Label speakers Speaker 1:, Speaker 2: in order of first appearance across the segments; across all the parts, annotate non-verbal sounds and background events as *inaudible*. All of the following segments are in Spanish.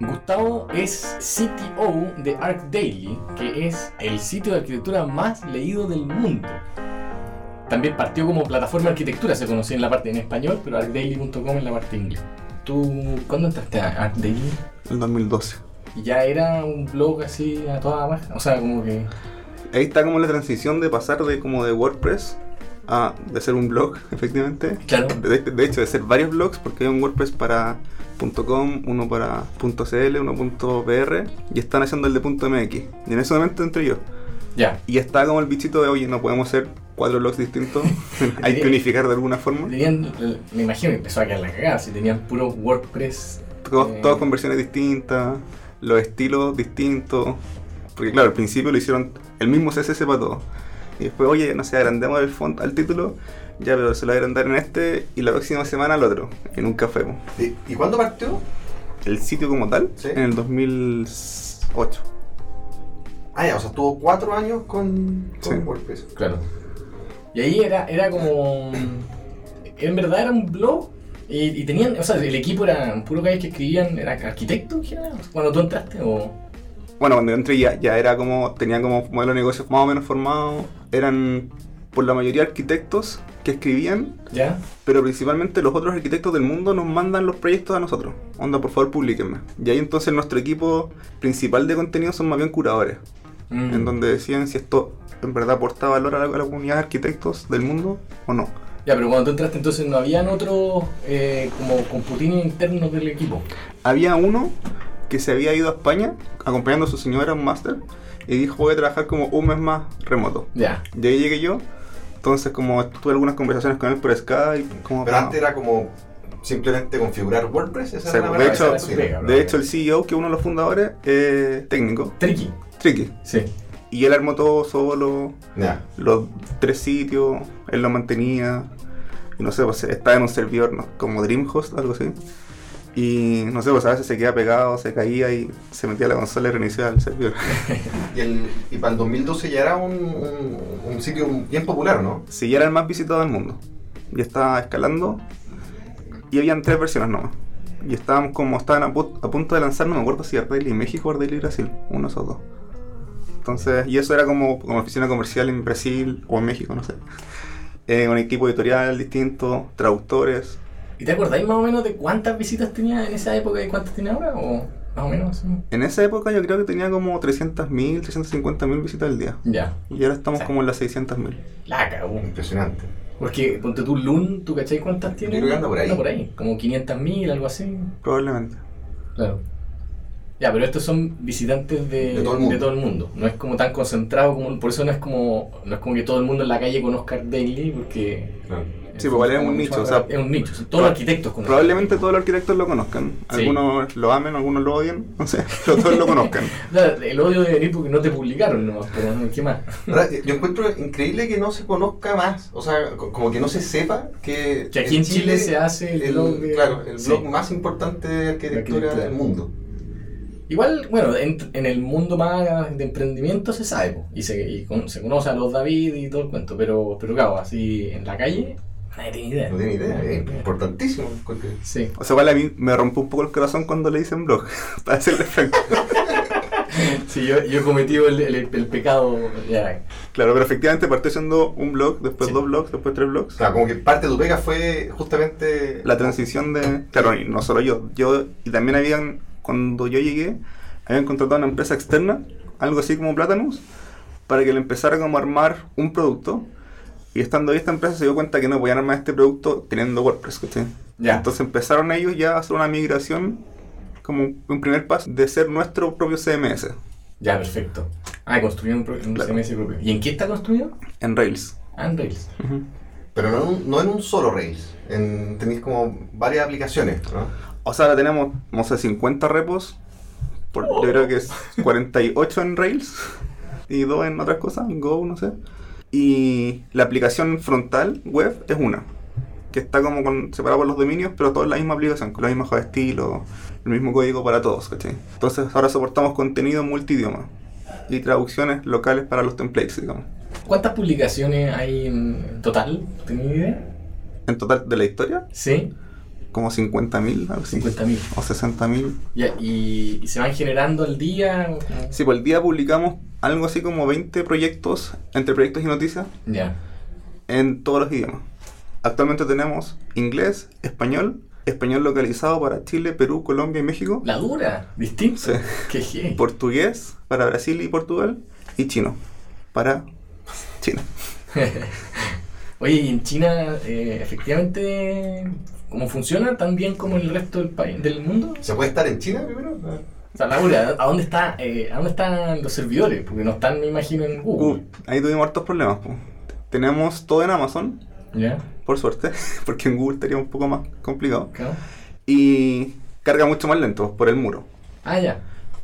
Speaker 1: Gustavo es CTO de Arc Daily, que es el sitio de arquitectura más leído del mundo. También partió como plataforma de arquitectura, se conocía en la parte en español, pero arcdaily.com en la parte inglés. ¿Tú cuándo entraste a Arc Daily?
Speaker 2: El 2012.
Speaker 1: ¿Y ya era un blog así a toda baja? O sea, como que...
Speaker 2: Ahí está como la transición de pasar de como de WordPress a de ser un blog, *laughs* efectivamente.
Speaker 1: Claro.
Speaker 2: De, de hecho, de ser varios blogs, porque hay un WordPress para .com, uno para .cl, uno .pr, y están haciendo el de .mx. Y en ese momento entré yo.
Speaker 1: Ya.
Speaker 2: Y está como el bichito de, oye, no podemos hacer cuatro blogs distintos, hay que unificar de alguna forma.
Speaker 1: Tenían, me imagino que empezó a quedar la cagada, si tenían puro WordPress.
Speaker 2: Todos,
Speaker 1: eh,
Speaker 2: todas con versiones distintas, los estilos distintos. Porque claro, al principio lo hicieron el mismo CSS para todo. Y después, oye, no sé, agrandemos el font al título, ya, pero se lo voy a agrandar en este y la próxima semana al otro, en un café. po.
Speaker 3: ¿Y, y cuándo partió?
Speaker 2: El sitio como tal,
Speaker 3: Sí.
Speaker 2: en el 2008.
Speaker 3: Ah, ya, o sea, estuvo cuatro años con, con
Speaker 2: Sí.
Speaker 3: WordPress.
Speaker 1: Claro. Y ahí era, era como. En verdad era un blog. Y, y tenían, o sea, el equipo era un puro gallos que escribían, era arquitecto en general, cuando tú entraste o...
Speaker 2: Bueno, cuando yo entré ya, ya era como, tenían como modelo de negocios más o menos formado. Eran por la mayoría arquitectos que escribían
Speaker 1: ¿Ya?
Speaker 2: pero principalmente los otros arquitectos del mundo nos mandan los proyectos a nosotros. Onda, por favor, publiquenme. Y ahí entonces nuestro equipo principal de contenido son más bien curadores,
Speaker 1: Mm.
Speaker 2: en donde decían si esto en verdad aporta valor a la, a la comunidad de arquitectos del mundo o no.
Speaker 1: Ya, pero cuando tú entraste entonces no habían otros eh, como computines internos del equipo.
Speaker 2: Había uno que se había ido a España acompañando a su señora, un máster, y dijo voy a trabajar como un mes más remoto.
Speaker 1: Ya.
Speaker 2: Y ahí llegué yo, entonces como tuve algunas conversaciones con él por Skype, como...
Speaker 3: Pero
Speaker 2: para-
Speaker 3: antes era como simplemente configurar WordPress. Esa
Speaker 2: Sí,
Speaker 3: era la
Speaker 2: de
Speaker 3: verdad,
Speaker 2: hecho-
Speaker 3: esa era su pega.
Speaker 2: De hecho, el CEO, que es uno de los fundadores, eh, técnico,
Speaker 1: Tricky.
Speaker 2: Tricky.
Speaker 1: Sí.
Speaker 2: Y él armó todo solo,
Speaker 3: Ya.
Speaker 2: los tres sitios, él lo mantenía. Y no sé, pues estaba en un servidor ¿no? como Dreamhost, algo así. Y no sé, pues a veces se quedaba pegado, se caía y se metía a la consola y reiniciaba el servidor.
Speaker 3: Y, el, y para el 2012 ya era un, un, un sitio bien popular, ¿no?
Speaker 2: Sí, ya era el más visitado del mundo. Y estaba escalando. Y habían tres versiones nomás. Y estábamos como, estaban a, pu- a punto de lanzar, no me acuerdo si Ardelli México o Ardelli Brasil, uno de esos dos. Entonces, y eso era como, como oficina comercial en Brasil o en México, no sé. Eh, un equipo editorial distinto, traductores.
Speaker 1: ¿Y te acordáis más o menos de cuántas visitas tenía en esa época y cuántas tiene ahora? ¿O más o menos? sí?
Speaker 2: En esa época yo creo que tenía como 300.000, 350.000 visitas al día.
Speaker 1: Ya.
Speaker 2: Y ahora estamos
Speaker 1: Sí.
Speaker 2: como en las 600.000.
Speaker 1: La cagó.
Speaker 3: Impresionante.
Speaker 1: Porque ponte tú Loon, ¿tú cachai cuántas tiene?
Speaker 3: Yo creo que anda por ahí.
Speaker 1: Anda por ahí, como 500.000, algo así.
Speaker 2: Probablemente.
Speaker 1: Claro. Ya, pero estos son visitantes de,
Speaker 3: De todo el mundo.
Speaker 1: mundo. No es como tan concentrado, como, por eso no es como no es como que todo el mundo en la calle conozca Art Daily, porque...
Speaker 2: Sí, pues, vale, es un
Speaker 1: mucho
Speaker 2: nicho,
Speaker 1: más-
Speaker 2: o sea,
Speaker 1: es un nicho, son todos
Speaker 2: proba-
Speaker 1: arquitectos conocen.
Speaker 2: Probablemente todos los arquitectos lo conozcan.
Speaker 1: Sí.
Speaker 2: Algunos lo amen, algunos lo odian, no sé, *laughs* pero todos lo conozcan.
Speaker 1: O sea, el odio de venir porque no te publicaron nomás, pero no, ¿qué más?
Speaker 3: Ahora, eh, Yo encuentro increíble que no se conozca más, o sea, co- como que no se sepa que,
Speaker 1: Que aquí en Chile, se hace el,
Speaker 3: el,
Speaker 1: blog de-
Speaker 3: claro, el
Speaker 1: Sí.
Speaker 3: blog más importante de arquitectura
Speaker 1: arquitectura.
Speaker 3: del mundo.
Speaker 1: Igual, bueno, en, en el mundo más de emprendimiento se sabe, po, y, se, y con- se conoce a los David y todo el cuento, pero, pero claro, así en la calle, nadie tiene idea.
Speaker 3: No tiene idea,
Speaker 1: Nadie
Speaker 3: es
Speaker 2: eh,
Speaker 1: tiene idea.
Speaker 3: importantísimo. encuentro.
Speaker 1: Sí.
Speaker 2: O sea, igual a mí me rompe un poco el corazón cuando le dicen blog, *laughs* para serle franco.
Speaker 1: Sí, yo, yo he cometido el, el, el pecado. ya.
Speaker 2: Claro, pero efectivamente partió siendo un blog, después
Speaker 1: Sí.
Speaker 2: dos blogs, después tres
Speaker 3: O
Speaker 2: blogs.
Speaker 3: sea, como que parte de tu pega fue justamente
Speaker 2: La transición de... Claro, y no solo yo, yo y también habían, cuando yo llegué, habían contratado a una empresa externa, algo así como Platanus, para que le empezara como a armar un producto. Y estando ahí esta empresa se dio cuenta que no podían armar este producto teniendo WordPress, ¿cachai?
Speaker 1: Ya.
Speaker 2: Entonces empezaron ellos ya a hacer una migración como un- un primer paso de ser nuestro propio CMS
Speaker 1: ya, perfecto. Ah, construyó un, pro- un
Speaker 2: Claro.
Speaker 1: CMS propio. ¿Y en qué está construido?
Speaker 2: en Rails.
Speaker 1: Ah, en Rails.
Speaker 3: Pero no en, un, no en un solo Rails. En, tenéis como varias aplicaciones, ¿no?
Speaker 2: O sea, ahora tenemos, no sé, 50 repos. Por, Yo creo que es 48 en Rails y dos en otras cosas, en Go, no sé. Y la aplicación frontal web es una, que está como con, separada por los dominios, pero todo es la misma aplicación, con la misma hoja de estilo, el mismo código para todos, ¿cachai? Entonces ahora soportamos contenido en multidioma y traducciones locales para los templates, digamos.
Speaker 1: ¿Cuántas publicaciones hay en total? ¿Tenía idea?
Speaker 2: En total de la historia,
Speaker 1: Sí.
Speaker 2: como 50.000, algo así,
Speaker 1: 50.000.
Speaker 2: o 60.000.
Speaker 1: Ya, y, y se van generando al día.
Speaker 2: Sí, por el día publicamos algo así como 20 proyectos, entre proyectos y noticias,
Speaker 1: Ya.
Speaker 2: en todos los idiomas. Actualmente tenemos inglés, español, español localizado para Chile, Perú, Colombia y México,
Speaker 1: La dura, distinto.
Speaker 2: Sí.
Speaker 1: Qué gay.
Speaker 2: portugués para Brasil y Portugal, y chino para China.
Speaker 1: Oye, y en China, eh, efectivamente, ¿cómo funciona tan bien como en el resto del país, del mundo?
Speaker 3: ¿Se puede estar en China primero?
Speaker 1: O sea, Laura, ¿a dónde, está, eh, ¿a dónde están los servidores? Porque no están, me imagino, en
Speaker 2: Uh,
Speaker 1: Google.
Speaker 2: ahí tuvimos hartos problemas. po. Tenemos todo en Amazon,
Speaker 1: ¿Ya?
Speaker 2: por suerte, *laughs* porque en Google estaría un poco más complicado.
Speaker 1: claro.
Speaker 2: Y carga mucho más lento por el muro.
Speaker 1: Ah, ya.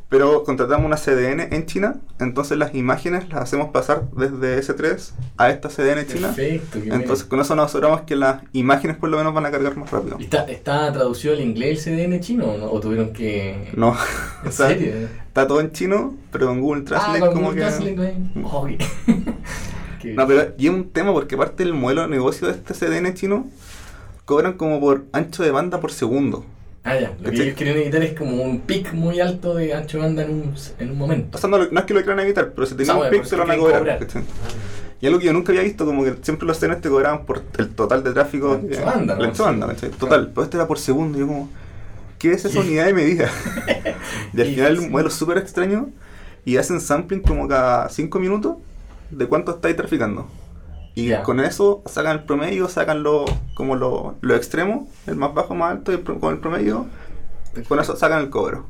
Speaker 2: Pero contratamos una CDN en China, entonces las imágenes las hacemos pasar desde S3 a esta CDN china.
Speaker 1: Perfecto. qué
Speaker 2: Entonces con eso nos aseguramos que las imágenes por lo menos van a cargar más rápido.
Speaker 1: bueno. ¿Y ¿Está, ¿Está traducido al inglés el CDN chino o, no? ¿O tuvieron que...?
Speaker 2: No, *laughs*
Speaker 1: ¿En
Speaker 2: o sea,
Speaker 1: serio?
Speaker 2: está todo en chino, pero en Google
Speaker 1: Ah,
Speaker 2: Translate
Speaker 1: con
Speaker 2: como
Speaker 1: Google
Speaker 2: que...
Speaker 1: Translate, güey.
Speaker 2: *laughs*
Speaker 1: Oye. Qué-
Speaker 2: No, pero y es un tema porque parte del modelo de negocio de este CDN chino cobran como por ancho de banda por segundo.
Speaker 1: Ah, ya. Lo que
Speaker 2: ¿Cachai?
Speaker 1: ellos quieren evitar es como un pic muy alto de ancho de banda en un, en un momento.
Speaker 2: O sea, no, lo- no es que lo quieran evitar, pero si
Speaker 1: Ah,
Speaker 2: tenían un
Speaker 1: bueno,
Speaker 2: pic
Speaker 1: pero
Speaker 2: se
Speaker 1: si
Speaker 2: lo van a
Speaker 1: quieren
Speaker 2: cobrar.
Speaker 1: cobrar.
Speaker 2: ¿cachai? Y algo que yo nunca había visto, como que siempre los CDNs te cobraban por el total de tráfico.
Speaker 1: La
Speaker 2: que-
Speaker 1: anchobanda,
Speaker 2: La
Speaker 1: ¿no?
Speaker 2: anchobanda, ¿cachai? Total, pero este era por segundo. y Yo como, ¿qué es esa
Speaker 1: ¿Qué?
Speaker 2: unidad
Speaker 1: *laughs*
Speaker 2: de medida? y al
Speaker 1: Y-
Speaker 2: final
Speaker 1: sí.
Speaker 2: un modelo súper extraño y hacen sampling como cada 5 minutos de cuánto estáis traficando. Y
Speaker 1: Ya.
Speaker 2: con eso sacan el promedio, sacan lo, como lo, lo extremo, el más bajo, más alto, y el pro- con el promedio, con eso sacan el cobro.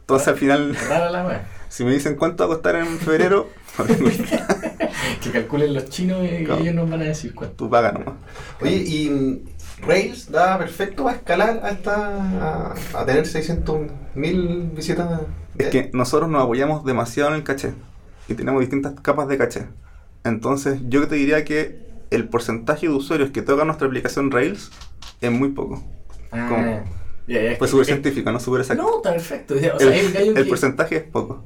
Speaker 2: Entonces al final...
Speaker 1: Rara la weá.
Speaker 2: Si me dicen cuánto va a costar en febrero, *laughs* no tengo idea.
Speaker 1: Que calculen los chinos y
Speaker 2: Claro.
Speaker 1: ellos nos van a decir cuánto.
Speaker 2: tú paga nomás.
Speaker 3: Oye, y mm, Rails da perfecto a escalar hasta a, a tener 600.000 visitas.
Speaker 2: Es que nosotros nos apoyamos demasiado en el caché y tenemos distintas capas de caché. Entonces, yo te diría que el porcentaje de usuarios que tocan nuestra aplicación Rails es muy poco.
Speaker 1: Ah,
Speaker 2: ¿Cómo?
Speaker 1: ya, ya, es
Speaker 2: Fue
Speaker 1: que-
Speaker 2: súper
Speaker 1: es-
Speaker 2: científico, no súper exacto.
Speaker 1: No, está perfecto. O sea,
Speaker 2: el,
Speaker 1: el gallo,
Speaker 2: el
Speaker 1: que,
Speaker 2: porcentaje es poco.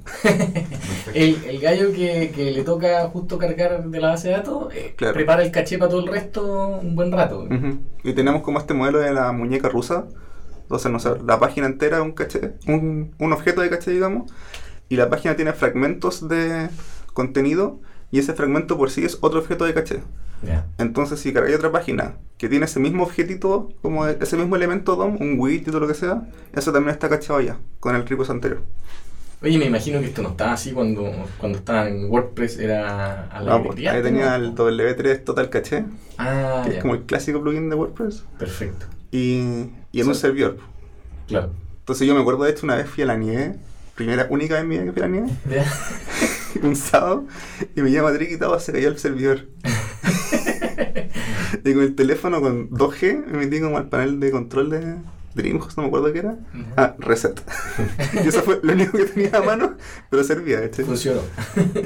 Speaker 1: el- el gallo que, que le toca justo cargar de la base de datos, eh,
Speaker 2: Claro. Mm.
Speaker 1: prepara el caché para todo el resto un buen rato.
Speaker 2: Ujú. Y tenemos como este modelo de la muñeca rusa. Entonces, no sé, la página entera es un caché, un, un objeto de caché, digamos, y la página tiene fragmentos de contenido y ese fragmento por sí es otro objeto de caché.
Speaker 1: Ya.
Speaker 2: Entonces, si cargáis otra página que tiene ese mismo objetito, como ese mismo elemento DOM, un widget o lo que sea, eso también está cachado ya, con el repo anterior.
Speaker 1: Oye, me imagino que esto no estaba así cuando, cuando estaba en WordPress, era a Ah, la
Speaker 2: No, pues,
Speaker 1: gritilla,
Speaker 2: ahí tenía
Speaker 1: ¿no?
Speaker 2: el W3 Total Caché,
Speaker 1: Ah,
Speaker 2: que
Speaker 1: ya.
Speaker 2: es como el clásico plugin de WordPress,
Speaker 1: Perfecto.
Speaker 2: y, y en
Speaker 1: Sí.
Speaker 2: un servidor.
Speaker 1: Claro.
Speaker 2: Entonces yo me acuerdo de hecho una vez fui a la nieve, primera, única vez en mi vida que fui a la nieve, *laughs*
Speaker 1: *laughs* Ya.
Speaker 2: un sábado, y me llama Tricky Tao, se cayó el servidor. y con el teléfono con 2G me metí como al panel de control de Dreamhost, no me acuerdo qué era. Ah, reset. *laughs* y eso fue lo único que tenía a mano, pero servía, ¿cachai?
Speaker 1: Funcionó.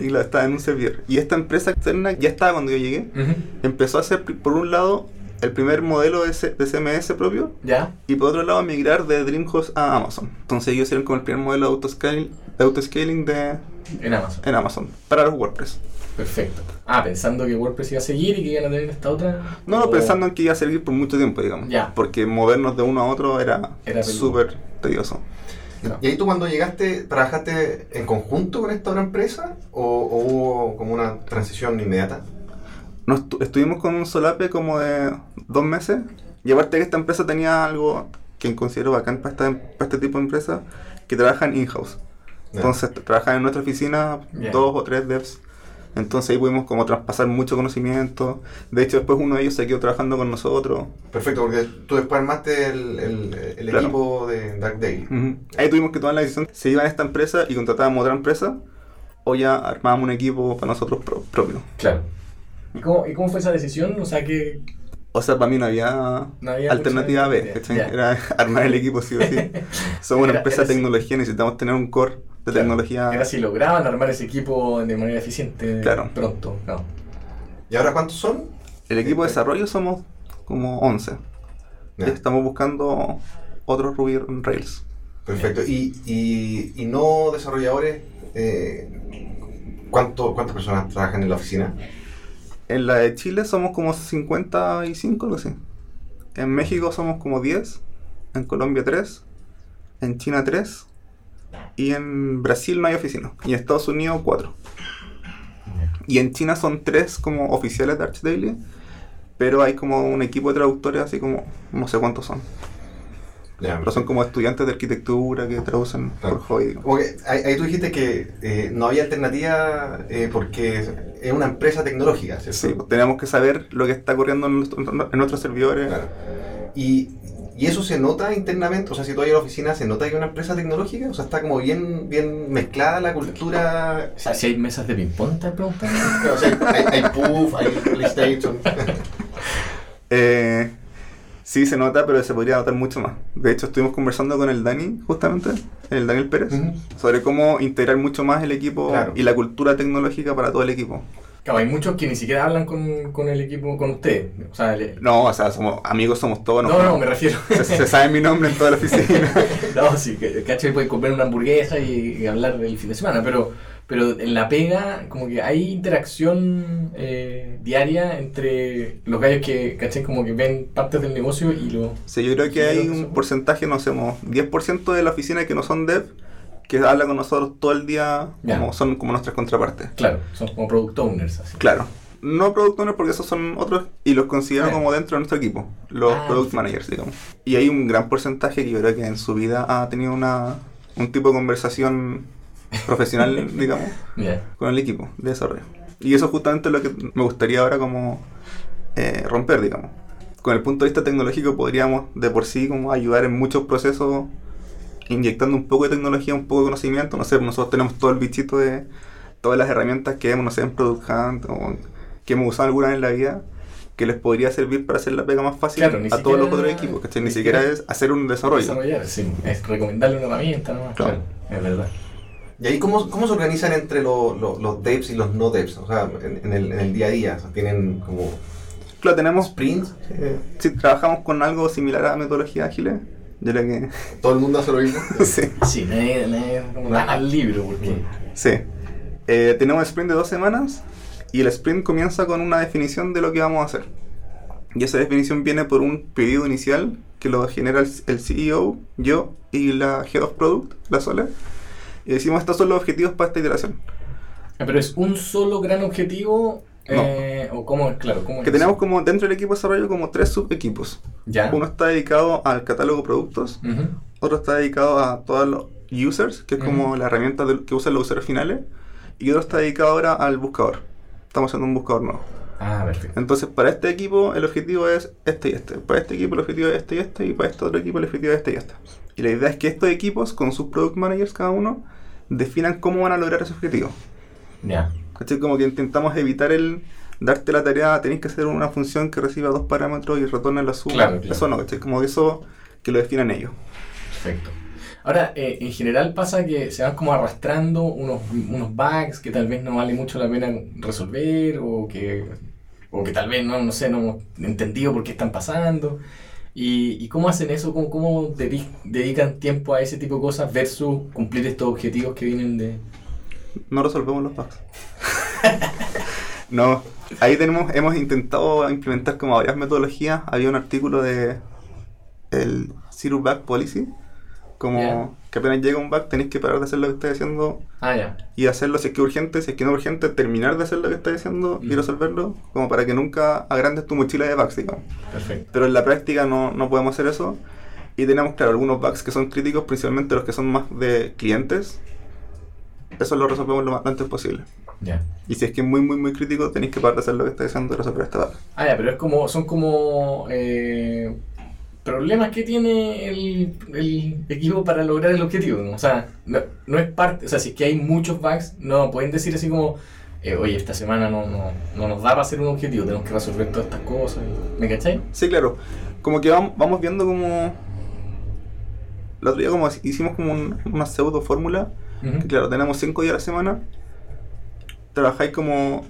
Speaker 2: Y claro, estaba en un servidor. Y esta empresa externa ya estaba cuando yo llegué.
Speaker 1: Ujú.
Speaker 2: Empezó a hacer, pri- por un lado, el primer modelo de, C- de CMS propio,
Speaker 1: ¿Ya?
Speaker 2: y por otro lado, migrar de Dreamhost a Amazon. Entonces ellos hicieron como el primer modelo de autoscaling, de autoscaling de,
Speaker 1: En Amazon.
Speaker 2: en Amazon para los WordPress.
Speaker 1: Perfecto. Ah, pensando que WordPress iba a seguir y que iban a tener esta otra.
Speaker 2: No, no,
Speaker 1: o-
Speaker 2: pensando en que iba a servir por mucho tiempo, digamos.
Speaker 1: Oh. Ya.
Speaker 2: Porque movernos de uno a otro era,
Speaker 1: Era peludo.
Speaker 2: súper tedioso.
Speaker 1: Claro.
Speaker 3: ¿Y ahí tú cuando llegaste, trabajaste en conjunto con esta otra empresa o, o hubo como una transición inmediata?
Speaker 2: Nos estu- estuvimos con un solape E como de dos meses. Y aparte que esta empresa tenía algo que considero bacán para, esta- para este tipo de empresas, que trabajan in-house. Entonces t- trabajan en nuestra oficina
Speaker 1: Ya.
Speaker 2: dos o tres devs. Entonces ahí pudimos como traspasar mucho conocimiento. De hecho, después uno de ellos se quedó trabajando con nosotros.
Speaker 3: Perfecto, porque tú después armaste el, el- el
Speaker 2: Claro. Mm.
Speaker 3: equipo de Dark Daily.
Speaker 2: Ujú. Ahí tuvimos que tomar la decisión si iba a esta empresa y contratábamos otra empresa o ya armábamos un equipo para nosotros pro- propio.
Speaker 1: Claro. ¿Y cómo, ¿Y cómo fue esa decisión? O sea, que.
Speaker 2: O sea, para mí no había,
Speaker 1: No había
Speaker 2: alternativa
Speaker 1: mucha-
Speaker 2: B. ¿cachai?
Speaker 1: Ya.
Speaker 2: Era *laughs* armar el equipo sí o sí.
Speaker 1: *laughs*
Speaker 2: Somos una
Speaker 1: Era-
Speaker 2: empresa
Speaker 1: era así.
Speaker 2: de tecnología, necesitamos tener un core de tecnología.
Speaker 1: Era si lograban armar ese equipo de manera eficiente
Speaker 2: Ah. Claro.
Speaker 1: pronto. Claro.
Speaker 3: ¿Y ahora cuántos son?
Speaker 2: El equipo de desarrollo somos como 11.
Speaker 3: Ya.
Speaker 2: Y estamos buscando otros Ruby on Rails.
Speaker 3: Perfecto. ¿Y, y, y no desarrolladores? eh, ¿cuánto, ¿Cuántas personas trabajan en la oficina?
Speaker 2: En la de Chile somos como 55, algo así. En México somos como 10. en Colombia 3, en China 3 y en Brasil no hay oficina. Y en Estados Unidos 4. Y en China son 3 como oficiales de Archdaily, pero hay como un equipo de traductores así como no sé cuántos son.
Speaker 3: Ya.
Speaker 2: Pero son como estudiantes de arquitectura que traducen por
Speaker 3: Claro.
Speaker 2: hobby. digamos.
Speaker 3: Como que ahí, ahí tú dijiste que eh, no había alternativa eh, porque es una empresa tecnológica, ¿cierto?
Speaker 2: Sí, pues tenemos que saber lo que está corriendo en, nuestro- en nuestros servidores.
Speaker 3: Claro. Y, y eso se nota internamente, o sea, si tú vas a la oficina, ¿se nota que es una empresa tecnológica? O sea, está como bien, bien mezclada la cultura.
Speaker 1: O sea, si hay mesas de ping-pong, te preguntan.
Speaker 3: O sea, hay, hay puff, hay PlayStation.
Speaker 2: Eh, sí, se nota, pero se podría notar mucho más. De hecho, estuvimos conversando con el Dani, justamente, el Daniel Pérez,
Speaker 3: *laughs* Ujú.
Speaker 2: sobre cómo integrar mucho más el equipo
Speaker 3: Claro.
Speaker 2: y la cultura tecnológica para todo el equipo.
Speaker 1: Claro, hay muchos que ni siquiera hablan con, con el equipo, con ustedes. O sea, le-
Speaker 2: No, o sea, somos amigos, somos todos. nos-
Speaker 1: no, no, me refiero. *laughs*
Speaker 2: Se, se sabe mi nombre en toda la oficina.
Speaker 1: No, sí, que- ¿cachai? Pueden comer una hamburguesa y, y hablar el fin de semana, pero, pero en la pega, como que hay interacción eh, diaria entre los gallos que, ¿cachai? Como que ven partes del negocio y lo.
Speaker 2: Sí, yo creo que hay un porcentaje, no sé, como 10% de la oficina que no son dev, que habla con nosotros todo el día,
Speaker 1: Ya.
Speaker 2: como, son como nuestras contrapartes.
Speaker 1: Claro, son como product owners, así.
Speaker 2: Claro. No product owners porque esos son otros y los considero
Speaker 1: Claro.
Speaker 2: como dentro de nuestro equipo, los
Speaker 1: Ah,
Speaker 2: product
Speaker 1: perfecto.
Speaker 2: managers, digamos. Y hay un gran porcentaje que yo creo que en su vida ha tenido una, un tipo de conversación profesional, *laughs* digamos,
Speaker 1: Ya.
Speaker 2: con el equipo de desarrollo. Y eso justamente es lo que me gustaría ahora como eh, romper, digamos. Con el punto de vista tecnológico podríamos de por sí como ayudar en muchos procesos inyectando un poco de tecnología, un poco de conocimiento. No sé, pues nosotros tenemos todo el bichito de todas las herramientas que hemos, no sé, en Product Hunt o que hemos usado alguna vez en la vida que les podría servir para hacer la pega más fácil
Speaker 1: Claro,
Speaker 2: a
Speaker 1: ni
Speaker 2: todos los
Speaker 1: siquiera-
Speaker 2: otros equipos, ¿cachai? Ni
Speaker 1: ni
Speaker 2: siquiera
Speaker 1: siquiera-
Speaker 2: es hacer un desarrollo.
Speaker 1: Desarrollar, sí. Es recomendarle una herramienta nomás.
Speaker 2: Claro.
Speaker 1: Claro. es verdad.
Speaker 3: ¿Y ahí cómo, cómo se organizan entre lo- lo- los devs y los no devs? O sea, en, en el, en el día a día, o sea, ¿tienen como
Speaker 2: Claro, tenemos,
Speaker 3: sprints? Eh,
Speaker 2: si trabajamos con algo similar a metodología ágiles, de la que... *laughs*
Speaker 3: ¿Todo el mundo hace lo mismo?
Speaker 2: sí.
Speaker 1: Sí, no es, no es como tan al libro, porque.
Speaker 2: Sí. Eh, tenemos el sprint de dos semanas y el sprint comienza con una definición de lo que vamos a hacer. Y esa definición viene por un pedido inicial que lo genera el, el CEO, yo y la Head of Product, la Sole. Y decimos, estos son los objetivos para esta iteración.
Speaker 1: Ah, Pero es un solo gran objetivo.
Speaker 2: No.
Speaker 1: eh, o cómo, claro, cómo
Speaker 2: Que
Speaker 1: es?
Speaker 2: tenemos como dentro del equipo de desarrollo como tres subequipos.
Speaker 1: Ya.
Speaker 2: Uno está dedicado al catálogo de productos,
Speaker 1: Ujú.
Speaker 2: otro está dedicado a todos los users, que es como
Speaker 1: Ujú.
Speaker 2: la herramienta de- que usan los usuarios finales, y otro está dedicado ahora al buscador. Estamos haciendo un buscador nuevo.
Speaker 1: Ah, perfecto.
Speaker 2: Entonces, para este equipo el objetivo es este y este. Para este equipo el objetivo es este y este. Y para este otro equipo el objetivo es este y este. Y la idea es que estos equipos, con sus product managers cada uno, definan cómo van a lograr ese objetivo.
Speaker 1: Ya.
Speaker 2: ¿Cachai? Como que intentamos evitar el darte la tarea, tenés que hacer una función que reciba dos parámetros y retorna la suma.
Speaker 1: Claro, claro.
Speaker 2: Eso no, ¿cachai? Como que eso que lo definan ellos.
Speaker 1: Perfecto. Ahora, eh, en general pasa que se van como arrastrando unos, unos bugs que tal vez no vale mucho la pena resolver o que, o que tal vez no, no sé, no hemos entendido por qué están pasando. ¿Y, y cómo hacen eso? ¿Cómo, cómo dedi- dedican tiempo a ese tipo de cosas versus cumplir estos objetivos que vienen de...
Speaker 2: No resolvemos los bugs. no, ahí tenemos, hemos intentado implementar como varias metodologías. Había un artículo de el Zero Bug Policy, como
Speaker 1: Ya.
Speaker 2: que apenas llega un bug tenéis que parar de hacer lo que estáis haciendo
Speaker 1: Ah, ya.
Speaker 2: y hacerlo si es que es urgente, si es que no es urgente, terminar de hacer lo que estáis haciendo y
Speaker 1: Mm.
Speaker 2: resolverlo, como para que nunca agrandes tu mochila de bugs, digamos.
Speaker 1: Perfecto.
Speaker 2: Pero en la práctica no, no podemos hacer eso. Y tenemos, claro, algunos bugs que son críticos, principalmente los que son más de clientes. Eso lo resolvemos lo más antes posible.
Speaker 1: Ya.
Speaker 2: Y si es que es muy, muy, muy crítico, tenéis que parar de hacer lo que está diciendo y resolver esta bug.
Speaker 1: Ah, ya, pero es como, son como eh, problemas que tiene el, el equipo para lograr el objetivo. ¿no? O sea, no, no es parte, o sea, si es que hay muchos bugs, no pueden decir así como, eh, oye, esta semana no, no, no nos da para hacer un objetivo, tenemos que resolver todas estas cosas. ¿Me cachai?
Speaker 2: Sí, claro. Como que vam- vamos viendo como... El otro día como hicimos como un- una pseudo fórmula. que,
Speaker 1: Ujú.
Speaker 2: Claro, tenemos 5 días a la semana. Trabajáis como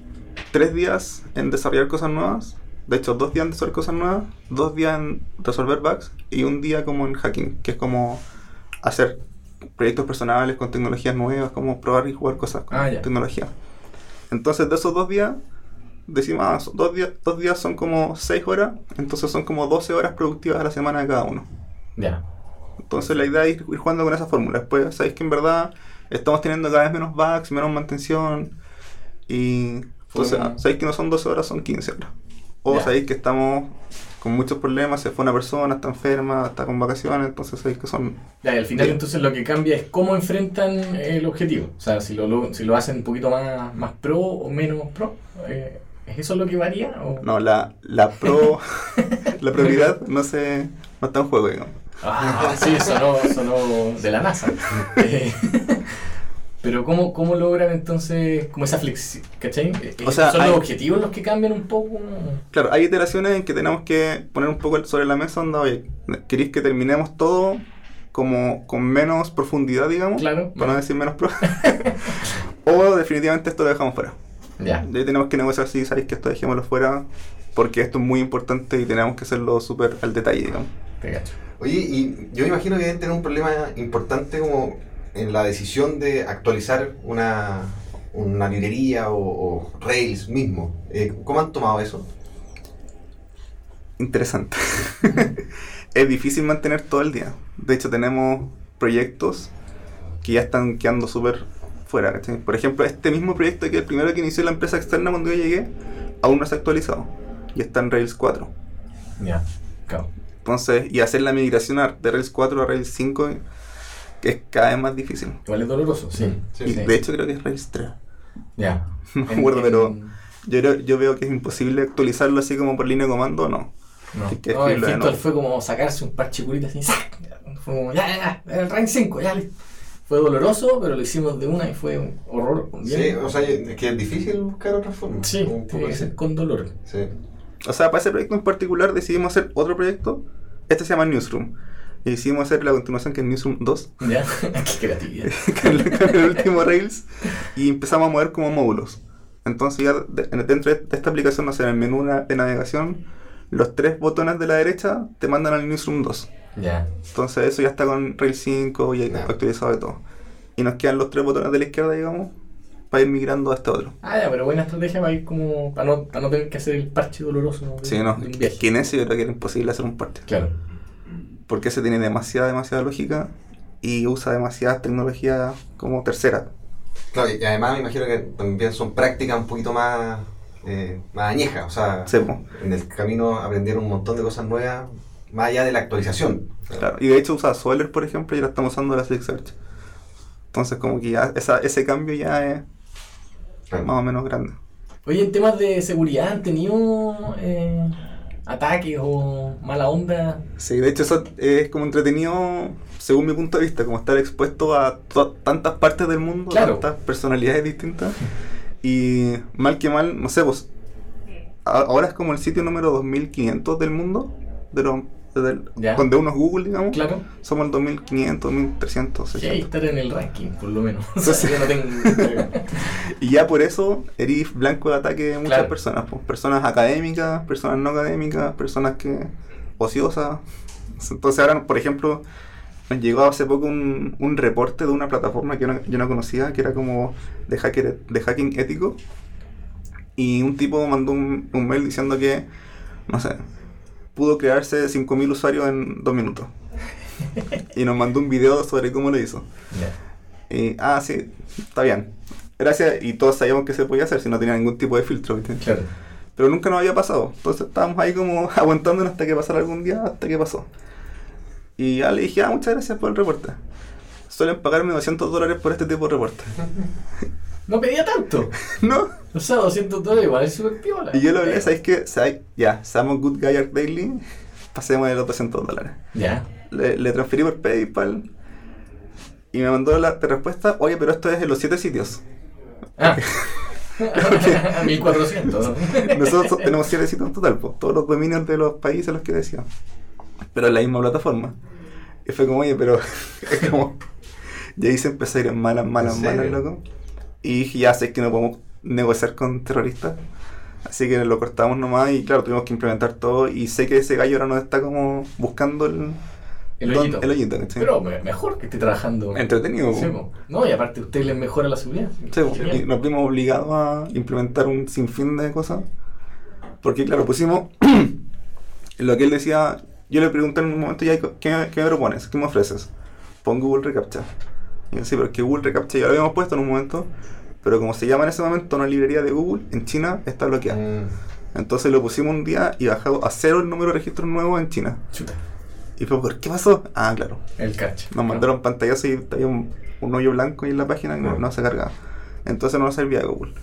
Speaker 2: 3 días en desarrollar cosas nuevas. De hecho, 2 días en desarrollar cosas nuevas, 2 días en resolver bugs y un día como en hacking, que es como hacer proyectos personales con tecnologías nuevas, como probar y jugar cosas con
Speaker 1: Ah, ya.
Speaker 2: tecnología. Entonces, de esos 2 días, decimos, ah, son dos días, dos días son como 6 horas, entonces son como 12 horas productivas a la semana de cada uno.
Speaker 1: Ya.
Speaker 2: Entonces la idea es ir, ir jugando con esa fórmula. Después sabéis que en verdad estamos teniendo cada vez menos bugs, menos mantención. Y entonces
Speaker 1: Fue-
Speaker 2: sabéis que no son 12 horas, son 15 horas. O
Speaker 1: Ya.
Speaker 2: sabéis que estamos con muchos problemas, se fue una persona, está enferma, está con vacaciones, entonces sabéis que son...
Speaker 1: Ya, y al final
Speaker 2: Sí.
Speaker 1: entonces lo que cambia es cómo enfrentan el objetivo. O sea, si lo, lo- si lo hacen un poquito más, más pro o menos pro. eh, ¿Es eso lo que varía? O...
Speaker 2: No, la,
Speaker 1: *laughs*
Speaker 2: la pro... *laughs* la prioridad no se... no está en juego, digamos.
Speaker 1: Ah, sí, sonó, sonó de la NASA. Eh, Pero ¿cómo, ¿cómo logran entonces como esa flexibilidad? ¿Cachai? Eh,
Speaker 2: O sea,
Speaker 1: ¿Son
Speaker 2: hay-
Speaker 1: los objetivos los que cambian un poco?
Speaker 2: Claro, hay iteraciones en que tenemos que poner un poco sobre la mesa, onda, oye, ¿queréis que terminemos todo como con menos profundidad, digamos?
Speaker 1: Claro.
Speaker 2: Para no decir menos pro. *laughs* o definitivamente esto lo dejamos fuera.
Speaker 1: Ya.
Speaker 2: De ahí tenemos que negociar si sabéis que esto dejémoslo fuera, porque esto es muy importante y tenemos que hacerlo súper al detalle, digamos.
Speaker 1: Te cacho.
Speaker 3: Oye, y yo me imagino que deben tener un problema importante como en la decisión de actualizar una, una librería o, o Rails mismo. Eh, ¿Cómo han tomado eso?
Speaker 2: Interesante. *laughs* es difícil mantener todo el día. De hecho, tenemos proyectos que ya están quedando súper fuera. ¿cachai? Por ejemplo, este mismo proyecto que el primero que inició la empresa externa cuando yo llegué, aún no se ha actualizado. Y está en Rails 4.
Speaker 1: Ya. Claro.
Speaker 2: Entonces, y hacer la migración a- de Rails 4 a Rails 5 que es cada vez más difícil.
Speaker 1: Igual es doloroso, sí.
Speaker 3: Sí,
Speaker 2: Y
Speaker 1: sí.
Speaker 2: de hecho creo que es Rails 3. *laughs*
Speaker 1: Ya.
Speaker 2: No me acuerdo, pero yo, creo- yo veo que es imposible actualizarlo así como por línea de comando, no.
Speaker 1: No,
Speaker 2: Hay que
Speaker 1: no el
Speaker 2: escribirlo de
Speaker 1: Fintal
Speaker 2: nuevo.
Speaker 1: fue como sacarse un parche curita así, ¡sac! Fue como, ya, ya, ya, el rank 5, ya. listo. Fue doloroso, pero lo hicimos de una y fue un horror.
Speaker 3: Sí, o sea, es que es difícil buscar otra forma.
Speaker 1: Sí,
Speaker 3: Un poco
Speaker 1: tiene que
Speaker 3: así.
Speaker 1: ser con dolor.
Speaker 3: Sí.
Speaker 2: O sea, para ese proyecto en particular decidimos hacer otro proyecto. Este se llama Newsroom. Y decidimos hacer la continuación que es Newsroom 2,
Speaker 1: ¿Ya? *laughs* Qué creatividad.
Speaker 2: *laughs* que es el- que es *laughs* el último Rails. Y empezamos a mover como módulos. Entonces ya de- en- dentro de esta aplicación, o sea, en el menú na- de navegación, los tres botones de la derecha te mandan al Newsroom 2.
Speaker 1: Ya.
Speaker 2: Entonces eso ya está con Rails 5 y
Speaker 3: Ya.
Speaker 2: actualizado de todo. Y nos quedan los tres botones de la izquierda, digamos, para ir migrando a este otro.
Speaker 1: Ah, ya, pero buena estrategia para ir como. para no, para no tener que hacer el parche doloroso. de-
Speaker 2: Sí, no,
Speaker 1: de un
Speaker 2: es
Speaker 1: viaje.
Speaker 2: que en ese yo creo que era imposible hacer un parte.
Speaker 1: Claro.
Speaker 2: Porque ese tiene demasiada, demasiada lógica y usa demasiadas tecnologías como tercera.
Speaker 3: Claro, y y además me imagino que también son prácticas un poquito más, eh, más añejas. O sea,
Speaker 2: Sí, po.
Speaker 3: en el camino aprendieron un montón de cosas nuevas más allá de la actualización.
Speaker 2: Claro. Y de hecho usa Solar, por ejemplo, y ahora estamos usando la Slick Search. Entonces como que ya esa- ese cambio ya es
Speaker 3: Claro.
Speaker 2: más o menos grande.
Speaker 1: Oye, en temas de seguridad, ¿han tenido eh, ataques o mala onda?
Speaker 2: Sí, de hecho eso es como entretenido, según mi punto de vista, como estar expuesto a to- tantas partes del mundo,
Speaker 1: Claro.
Speaker 2: tantas personalidades distintas. Y mal que mal, no sé, pues a- ahora es como el sitio número 2500 del mundo, de los, del-
Speaker 1: Ya.
Speaker 2: donde uno es Google, digamos.
Speaker 1: Claro.
Speaker 2: Somos el 2500, 2300,
Speaker 1: Sí, hay que
Speaker 2: 600.
Speaker 1: estar en el ranking, por lo menos. O sea, *laughs* yo no tengo.
Speaker 2: Y ya por eso eres blanco de ataque de muchas
Speaker 1: Claro.
Speaker 2: personas. pues, personas académicas, personas no académicas, personas que ociosas. Entonces ahora, por ejemplo, nos llegó hace poco un, un reporte de una plataforma que yo no, yo no conocía, que era como de, hacker, de hacking ético. Y un tipo mandó un, un mail diciendo que, no sé, pudo crearse 5.000 usuarios en dos minutos. y nos mandó un video sobre cómo lo hizo.
Speaker 1: Ya.
Speaker 2: Y, ah, sí, está bien. Gracias, y todos sabíamos que se podía hacer si no tenía ningún tipo de filtro, ¿viste?
Speaker 1: Claro.
Speaker 2: Pero nunca nos había pasado. Entonces estábamos ahí como *laughs* aguantándonos hasta que pasara algún día, hasta que pasó. Y ya le dije, ah, muchas gracias por el reporte. Suelen pagarme 200 dólares por este tipo de reporte. *laughs*
Speaker 1: No pedía tanto.
Speaker 2: ¿No?
Speaker 1: O sea, 200 dólares igual es súper piola.
Speaker 2: Y yo lo hablé, ¿sabéis qué? ¿Sabéis? Ya, seamos Good Guy Art Daily, pasemos de los 200 dólares.
Speaker 1: Ya.
Speaker 2: Le, le transferí por PayPal y me mandó la respuesta, oye, pero esto es en los 7 sitios.
Speaker 1: Ah. *laughs* 1400, ¿no?
Speaker 2: *laughs* Nosotros so- tenemos 7 sitios en total, pues, todos los dominios de los países a los que decía. Pero en la misma plataforma. Y fue como, oye, pero *laughs* es como. Y ahí se empezó a ir en malas, malas,
Speaker 3: ¿En
Speaker 2: malas,
Speaker 3: serio?
Speaker 2: loco. Y dije, ya sé que no podemos negociar con terroristas. Así que lo cortamos nomás y claro, tuvimos que implementar todo. Y sé que ese gallo ahora nos está como buscando el,
Speaker 1: El
Speaker 2: don-
Speaker 1: hoyito.
Speaker 2: el hoyito, ¿cachai?
Speaker 1: Pero me- mejor que esté trabajando.
Speaker 2: Entretenido.
Speaker 1: Sí, po.
Speaker 2: po.
Speaker 1: no, y aparte usted les mejora la seguridad.
Speaker 2: Sí, pues,
Speaker 1: Genial.
Speaker 2: y nos vimos obligados a implementar un sinfín de cosas. Porque, claro, pusimos *clears throat* lo que él decía, Yo le pregunté en un momento, ya, ¿qué, qué me propones? ¿Qué me ofreces? Pon Google Recaptcha. Y yo, sí, pero es que Google Recaptcha ya lo habíamos puesto en un momento, pero como se llama en ese momento una librería de Google, en China está bloqueada.
Speaker 3: Mm.
Speaker 2: Entonces lo pusimos un día y bajado a cero el número de registros nuevos en China.
Speaker 1: Chuta.
Speaker 2: Y fue, ¿por qué pasó? Ah, claro.
Speaker 1: El catch.
Speaker 2: Nos mandaron pantallazo y había un, un hoyo blanco ahí en la página y no,
Speaker 3: Ah.
Speaker 2: no se cargaba. Entonces no nos servía de Google.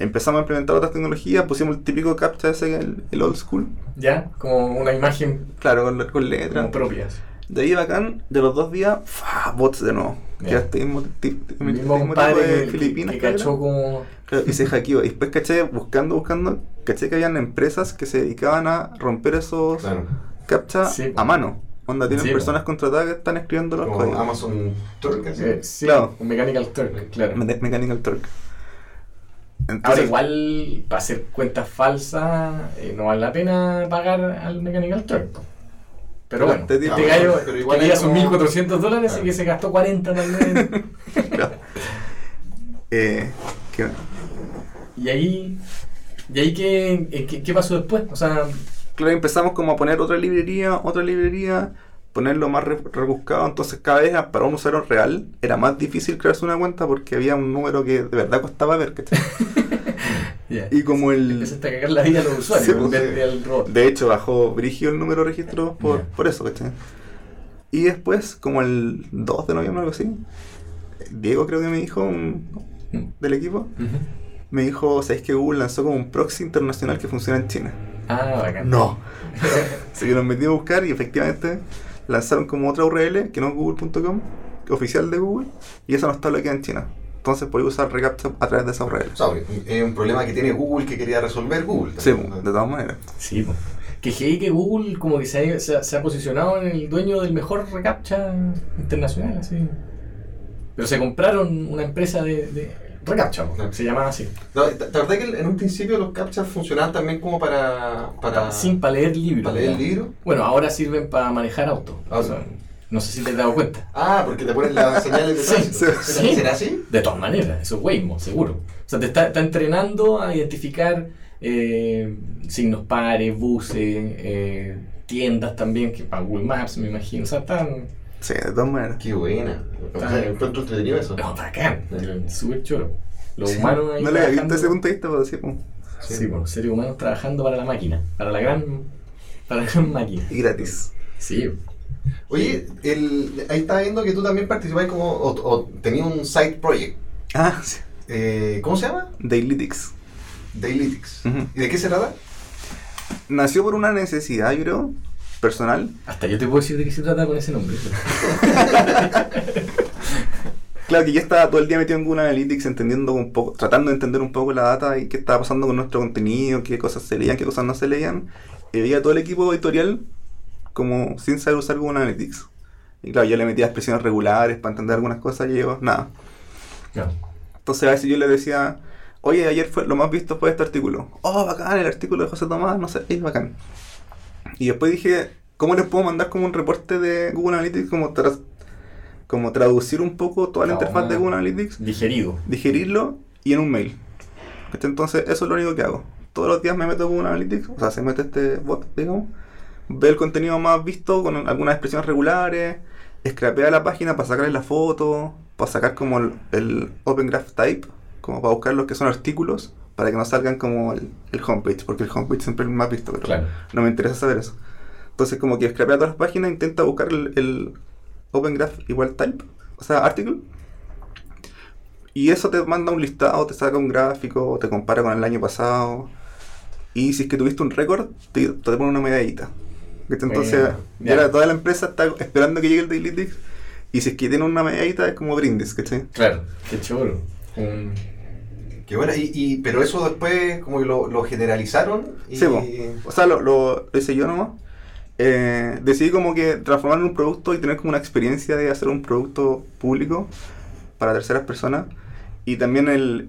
Speaker 2: Empezamos a implementar otras tecnologías, pusimos el típico captcha ese, el, el old school,
Speaker 1: Ya, como una imagen
Speaker 2: claro, con, le- con
Speaker 1: como
Speaker 2: letras.
Speaker 1: propia.
Speaker 2: De ahí bacán, de los dos días, ¡fua! bots de nuevo.
Speaker 1: Ya.
Speaker 2: Que este mismo, ti- ti-
Speaker 1: El
Speaker 2: mismo
Speaker 1: mismo
Speaker 2: tipo
Speaker 1: compadre
Speaker 2: de
Speaker 1: que- que,
Speaker 2: Filipinas.
Speaker 1: que
Speaker 2: creo que
Speaker 1: cachó
Speaker 2: era.
Speaker 1: como.
Speaker 2: Claro, y se hackeó. Y después caché, buscando, buscando, caché que habían empresas que se dedicaban a romper esos
Speaker 3: Claro.
Speaker 2: captcha
Speaker 1: Sí, po.
Speaker 2: a mano. Onda, tienen
Speaker 1: Sí, po.
Speaker 2: personas contratadas que están escribiendo los
Speaker 3: Como
Speaker 2: códigos.
Speaker 3: Amazon Turk, así.
Speaker 1: eh, sí,
Speaker 2: Claro.
Speaker 1: un Mechanical Turk, claro.
Speaker 2: Me- Mechanical Turk.
Speaker 1: Ahora,
Speaker 2: Entonces, *laughs*
Speaker 1: igual, para hacer cuentas falsas, eh, no vale la pena pagar al Mechanical Turk. po. Pero bueno,
Speaker 2: Este
Speaker 1: este
Speaker 2: tipo-
Speaker 1: gallo
Speaker 3: Pero igual
Speaker 1: quería
Speaker 3: es
Speaker 1: sus
Speaker 3: como-
Speaker 1: 1.400 dólares
Speaker 3: Claro.
Speaker 1: y que se gastó 40 tal vez.
Speaker 2: eh, que-
Speaker 1: *laughs* y ahí, y ahí ¿qué, eh, qué, qué pasó después? O sea,
Speaker 2: claro, empezamos como a poner otra librería, otra librería, ponerlo más re- rebuscado. Entonces, cada vez para un usuario real era más difícil crearse una cuenta porque había un número que de verdad costaba
Speaker 1: *laughs*
Speaker 2: ver. ¿cachai? Y como el.
Speaker 1: empezaste a cagar la vida a los usuarios
Speaker 2: Sí,
Speaker 1: en
Speaker 2: pues,
Speaker 1: vez
Speaker 3: sí.
Speaker 1: de al robot.
Speaker 2: De hecho, bajó Brigio el número de registro por,
Speaker 1: Ya.
Speaker 2: por eso, ¿cachai? Y después, como el 2 de noviembre, algo así, Diego creo que me dijo, un- del equipo,
Speaker 1: Ujú.
Speaker 2: me dijo, ¿sabéis que Google lanzó como un proxy internacional que funciona en China?
Speaker 1: Ah, bacán.
Speaker 2: No. *laughs* Así que nos metimos a buscar y efectivamente lanzaron como otra URL, que no es google.com, oficial de Google, y esa no está bloqueada en China. Entonces podéis usar ReCAPTCHA a través de esa URL.
Speaker 3: O sea, es un problema que tiene Google que quería resolver Google.
Speaker 2: Sí,
Speaker 3: también, Ah.
Speaker 2: de
Speaker 3: ¿no?
Speaker 2: todas maneras.
Speaker 1: Sí, po. que heavy que Google como que se ha, se ha- se ha posicionado en el dueño del mejor recaptcha internacional, así. Pero se compraron una empresa de, de recaptcha, po, se llamaba así.
Speaker 3: No, ¿Te te acordás que en un principio los captchas funcionaban también como para, para,
Speaker 1: Sin para leer libros.
Speaker 3: para leer el libro?
Speaker 1: Bueno, ahora sirven para manejar autos.
Speaker 3: Ah,
Speaker 1: O sea, no sé si te has dado cuenta.
Speaker 3: Ah, porque te pones las señales
Speaker 1: *laughs*
Speaker 3: de
Speaker 1: Sí,
Speaker 3: tránsito.
Speaker 2: sí,
Speaker 3: ¿Será-
Speaker 1: sí.
Speaker 3: ¿Será así?
Speaker 1: De todas maneras, eso es Waymo, seguro. O sea, te está, está entrenando a identificar eh, signos pares, buses, eh, tiendas también, que para Google Maps me imagino. O sea, están...
Speaker 2: Sí, de todas maneras.
Speaker 3: Qué buena. O sea, encuentro entretenido eso.
Speaker 1: No, bacán.
Speaker 3: Sí.
Speaker 1: Súper choro. Los
Speaker 2: Sí.
Speaker 1: humanos ahí
Speaker 2: No le había visto
Speaker 1: trabajando-
Speaker 2: ese punto de vista, pero sí, pum,
Speaker 1: Sí, bueno, los seres humanos trabajando para la máquina. Para la gran, para la gran máquina.
Speaker 2: y gratis.
Speaker 1: Sí.
Speaker 3: Oye, el, ahí estaba viendo que tú también participabas como, o, o tenías un side project.
Speaker 2: Ah, sí.
Speaker 3: Eh, ¿Cómo se llama?
Speaker 2: Dailytics.
Speaker 3: Dailytics.
Speaker 2: Ujú.
Speaker 3: ¿Y de qué se trata?
Speaker 2: Nació por una necesidad, yo creo, personal.
Speaker 1: Hasta yo te puedo decir de qué se trata con ese nombre.
Speaker 2: Claro que yo estaba todo el día metido en Google Analytics, entendiendo un poco, tratando de entender un poco la data y qué estaba pasando con nuestro contenido, qué cosas se leían, qué cosas no se leían. Y veía todo el equipo editorial como sin saber usar Google Analytics. Y claro, yo le metía expresiones regulares para entender algunas cosas y yo, nada.
Speaker 1: No.
Speaker 2: Entonces a veces yo le decía, oye, ayer fue, lo más visto fue este artículo. Oh, bacán, el artículo de José Tomás, no sé, es bacán. Y después dije, ¿cómo les puedo mandar como un reporte de Google Analytics, como, tras- como traducir un poco toda la
Speaker 1: Toma.
Speaker 2: interfaz de Google Analytics,
Speaker 1: Digerido.
Speaker 2: digerirlo y en un mail? ¿Cachai? Entonces eso es lo único que hago. Todos los días me meto a Google Analytics, o sea, se mete este bot, digamos, ve el contenido más visto con algunas expresiones regulares, scrapea la página para sacarle la foto, para sacar como el, el Open Graph Type, como para buscar los que son artículos, para que no salgan como el, el homepage, porque el homepage siempre es el más visto, pero
Speaker 1: Claro.
Speaker 2: no me interesa saber eso. Entonces como que scrapea todas las páginas, intenta buscar el, el Open Graph igual type, o sea, article. Y eso te manda un listado, te saca un gráfico, te compara con el año pasado. Y si es que tuviste un récord, te, te pone una medallita. ¿Cachai? Entonces,
Speaker 1: Bueno,
Speaker 2: ya
Speaker 1: ya.
Speaker 2: toda la empresa está esperando que llegue el Dailytics. Y si es que tiene una medallita, es como brindis, ¿cachai?
Speaker 1: Claro. Qué choro. Un-
Speaker 3: Qué buena. Y, y- pero eso después como que lo, lo generalizaron. Y,
Speaker 2: Sí, po. O sea, lo, lo- lo hice yo nomás. Eh, decidí como que transformarlo en un producto y tener como una experiencia de hacer un producto público para terceras personas. Y también el,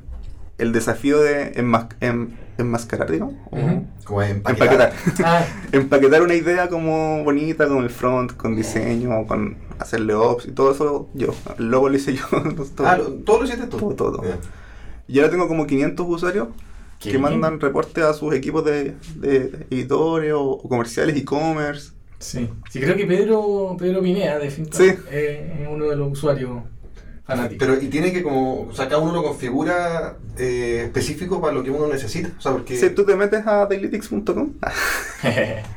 Speaker 2: el desafío de enmas- en- enmascarar, digamos. o
Speaker 1: Ujú.
Speaker 3: como empaquetar.
Speaker 2: Empaquetar. *laughs*
Speaker 1: Ah,
Speaker 2: Empaquetar una idea como bonita con el front, con diseño, con hacerle ops y todo eso yo. El logo lo hice yo. *laughs* entonces todo.
Speaker 3: Ah, lo- todo lo hiciste tú.
Speaker 2: Todo, todo, todo.
Speaker 3: Ya.
Speaker 2: Y ahora tengo como 500 usuarios
Speaker 1: qué
Speaker 2: que
Speaker 1: bien.
Speaker 2: mandan reportes a sus equipos de, de editores o, o comerciales e-commerce.
Speaker 1: Sí. Sí, creo que Pedro, Pedro Pinea, de Fintual,
Speaker 2: Sí.
Speaker 1: es es uno de los usuarios fanáticos.
Speaker 3: Pero, y tiene que como, o sea, cada uno lo configura eh, específico para lo que uno necesita. O sea, porque...
Speaker 2: Si tú te metes a *laughs*
Speaker 1: *laughs*
Speaker 2: dailytics.com,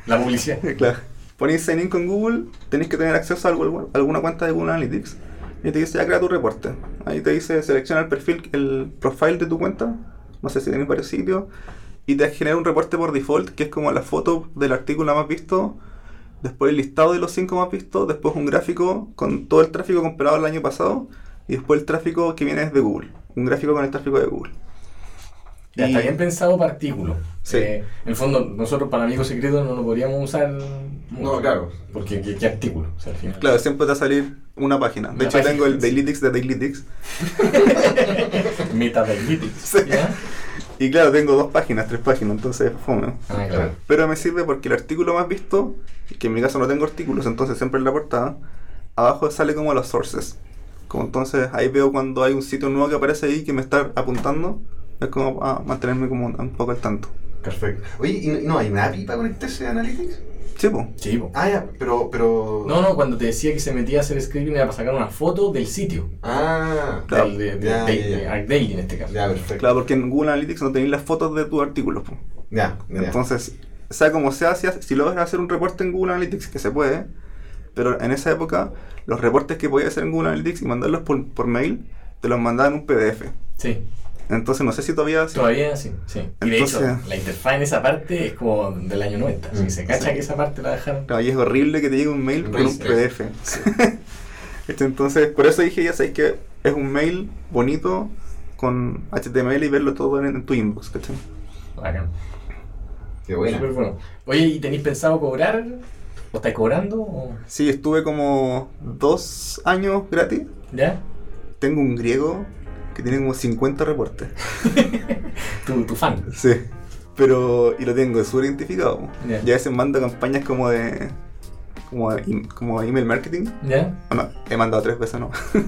Speaker 1: la publicidad.
Speaker 2: claro, pones sign in con Google, tenés que tener acceso a algo- alguna cuenta de Google Analytics y te dice ya crea tu reporte. Ahí te dice selecciona el perfil, el profile de tu cuenta, no sé si tenés varios sitios, y te genera un reporte por default que es como la foto del artículo más visto, después el listado de los cinco más vistos, después un gráfico con todo el tráfico comparado al año pasado y después el tráfico que viene desde Google, un gráfico con el tráfico de Google.
Speaker 1: Ya,
Speaker 2: Y-
Speaker 1: está bien pensado para artículo.
Speaker 2: Sí.
Speaker 1: Eh, en el fondo, nosotros para amigos secretos no lo podríamos usar. mucho.
Speaker 3: No, claro.
Speaker 1: Porque qué, qué artículo. O sea, al final.
Speaker 2: Claro, siempre te va a salir una página. De
Speaker 1: Una
Speaker 2: hecho,
Speaker 1: página,
Speaker 2: tengo el
Speaker 1: sí.
Speaker 2: Dailytics de Dailytics.
Speaker 1: Metadatalytics, ¿ya?
Speaker 2: Y claro, tengo dos páginas, tres páginas, entonces fome.
Speaker 1: Ah, claro.
Speaker 2: Pero me sirve porque el artículo más visto, que en mi caso no tengo artículos, entonces siempre en la portada, abajo sale como los sources. Como entonces ahí veo cuando hay un sitio nuevo que aparece ahí que me está apuntando, es como a mantenerme como un un poco al tanto.
Speaker 3: Perfecto. Oye, ¿y no- y no hay una API para conectarse a Analytics?
Speaker 2: Sí, po.
Speaker 1: Sí, po.
Speaker 3: Ah, ya, pero... pero...
Speaker 1: No, no, cuando te decía que se metía a hacer scripting era para sacar una foto del sitio.
Speaker 3: Ah,
Speaker 2: Claro.
Speaker 1: Del, de, de-
Speaker 3: Ya,
Speaker 1: de-
Speaker 3: ya, ya.
Speaker 1: de ArcDaily en este caso.
Speaker 3: ya, perfecto.
Speaker 2: Claro, porque en Google Analytics no tenéis las fotos de tus artículos. po.
Speaker 3: Ya, ya.
Speaker 2: Entonces, sea como sea, si, si logras hacer un reporte en Google Analytics, que se puede, pero en esa época los reportes que podías hacer en Google Analytics y mandarlos por, por mail, te los mandaban en un PDF.
Speaker 1: Sí,
Speaker 2: Entonces, no sé si todavía... si-
Speaker 1: todavía sí. sí. Y de hecho,
Speaker 2: Entonces-
Speaker 1: la interfaz en esa parte es como del año 90. así
Speaker 3: Mm,
Speaker 1: que se cacha
Speaker 2: sí.
Speaker 1: que esa parte la dejaron.
Speaker 2: Claro, y es horrible que te llegue un mail
Speaker 3: Un
Speaker 2: con un
Speaker 3: raíz,
Speaker 2: PDF. Este, *laughs* Entonces, por eso dije, ya sabéis que es un mail bonito con HTML y verlo todo en, en tu inbox, ¿cachai?
Speaker 1: Bacán.
Speaker 3: Qué buena.
Speaker 1: Súper bueno. Oye, ¿y tenéis pensado cobrar? ¿O estáis cobrando? o-
Speaker 2: Sí, estuve como dos años gratis.
Speaker 1: ¿Ya?
Speaker 2: Tengo un griego que tiene como 50 reportes.
Speaker 1: Tu, tu fan.
Speaker 2: Sí. Pero, y lo tengo súper identificado.
Speaker 1: Ya.
Speaker 2: Ya a veces mando campañas como de. como, de im- como de email marketing. *laughs*
Speaker 1: ¿Ya?
Speaker 2: Ah, no, he mandado tres veces, ¿no? *laughs*
Speaker 1: ¿Ya?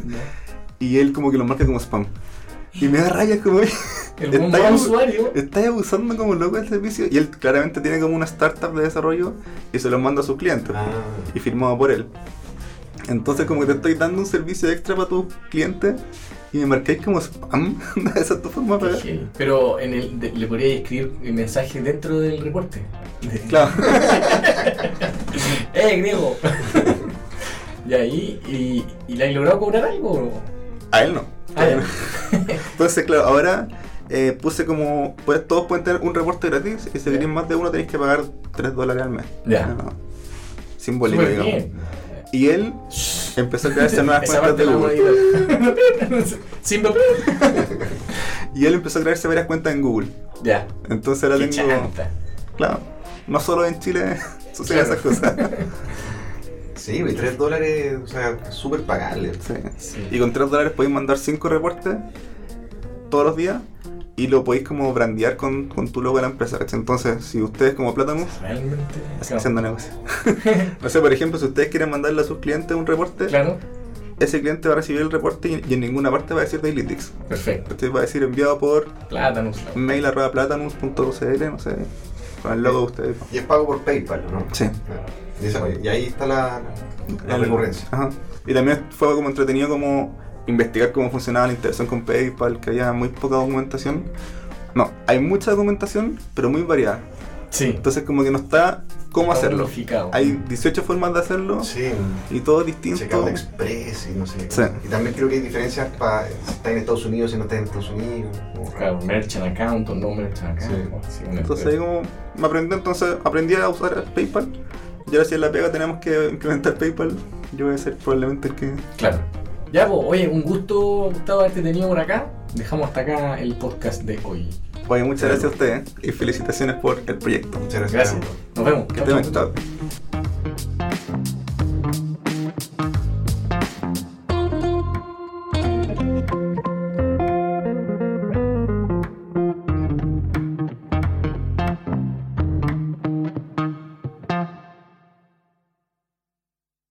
Speaker 2: Y él como que lo marca como spam. Y me da raya, es como.
Speaker 1: El
Speaker 2: Está
Speaker 1: buen buen
Speaker 2: ahí-
Speaker 1: usuario.
Speaker 2: Estás abusando como loco del servicio. Y él claramente tiene como una startup de desarrollo y se lo manda a sus clientes.
Speaker 3: Ah,
Speaker 2: Y firmado por él. Entonces, como que te estoy dando un servicio extra para tus clientes y me marcáis como spam. *laughs* Esa es tu forma de pagar.
Speaker 1: Sí, Pero en el, de- le podría escribir el mensaje dentro del reporte.
Speaker 2: *laughs* Claro.
Speaker 1: ¡Eh, *laughs* griego! y ahí, y, y le has logrado cobrar algo.
Speaker 2: A él no.
Speaker 1: Ah, ya.
Speaker 2: Entonces, claro, ahora eh, puse como. Pues todos pueden tener un reporte gratis y si queréis más de uno tenéis que pagar 3 dólares al mes. Ah,
Speaker 1: Ya.
Speaker 2: No, Simbólico,
Speaker 1: Súper
Speaker 2: digamos.
Speaker 1: bien.
Speaker 2: Y él empezó a crearse
Speaker 1: *laughs*
Speaker 2: nuevas
Speaker 1: Esa
Speaker 2: cuentas
Speaker 1: parte
Speaker 2: de
Speaker 1: la
Speaker 2: Google.
Speaker 1: voy a *laughs* editar. Sin doble.
Speaker 2: Y él empezó a crearse varias cuentas en Google.
Speaker 1: Ya.
Speaker 2: Entonces ahora
Speaker 1: Qué
Speaker 2: tengo.
Speaker 1: chanta.
Speaker 2: Claro. No solo en Chile *laughs* suceden
Speaker 1: Claro.
Speaker 2: esas
Speaker 1: *laughs*
Speaker 2: cosas.
Speaker 3: sí, güey, 3 dólares, o sea, súper pagable.
Speaker 2: Sí.
Speaker 1: Sí.
Speaker 2: Y con 3 dólares podéis mandar 5 reportes todos los días y lo podéis como brandear con, con tu logo de la empresa. ¿cachai? Entonces, si ustedes como Platanus
Speaker 1: Realmente.
Speaker 2: haciendo
Speaker 3: *laughs*
Speaker 2: negocio. no sé, por ejemplo, si ustedes quieren mandarle a sus clientes un reporte,
Speaker 1: Claro.
Speaker 2: ese cliente va a recibir el reporte y, y en ninguna parte va a decir Dailytics.
Speaker 1: Perfecto.
Speaker 2: Este va a decir enviado por
Speaker 1: Plátanos.
Speaker 2: mail arroba platanus.cl, no sé, con el logo de ustedes.
Speaker 3: Y es pago por PayPal, ¿no?
Speaker 2: Sí.
Speaker 3: Y, esa- y ahí está la, la
Speaker 2: El-
Speaker 3: recurrencia.
Speaker 2: Ajá. Y también fue como entretenido como investigar cómo funcionaba la interacción con PayPal, que había muy poca documentación. No, hay mucha documentación, pero muy variada.
Speaker 1: Sí.
Speaker 2: Entonces como que no está cómo
Speaker 1: Está
Speaker 2: hacerlo.
Speaker 1: unificado.
Speaker 2: Hay 18 formas de hacerlo
Speaker 3: Sí,
Speaker 2: y todo es distinto.
Speaker 3: checado express y no sé.
Speaker 2: Sí.
Speaker 3: Y también creo que hay diferencias para si está en Estados Unidos, si no está en Estados Unidos. como-
Speaker 1: Claro, merchant account o no merchant account.
Speaker 3: Sí.
Speaker 1: Sí, una-
Speaker 2: Entonces ahí como me aprendí, entonces aprendí a usar PayPal. Y ahora si en la pega tenemos que implementar PayPal, yo voy a ser probablemente el que...
Speaker 1: Claro. Ya, pues, oye, un gusto, Gustavo, haberte tenido por acá. Dejamos hasta acá el podcast de hoy.
Speaker 2: Oye, muchas
Speaker 3: Claro.
Speaker 2: gracias a ustedes y felicitaciones por el proyecto.
Speaker 3: Muchas gracias.
Speaker 1: Gracias. Nos vemos.
Speaker 2: Que
Speaker 1: Chau,
Speaker 2: estén
Speaker 1: chau.
Speaker 2: bien, chao.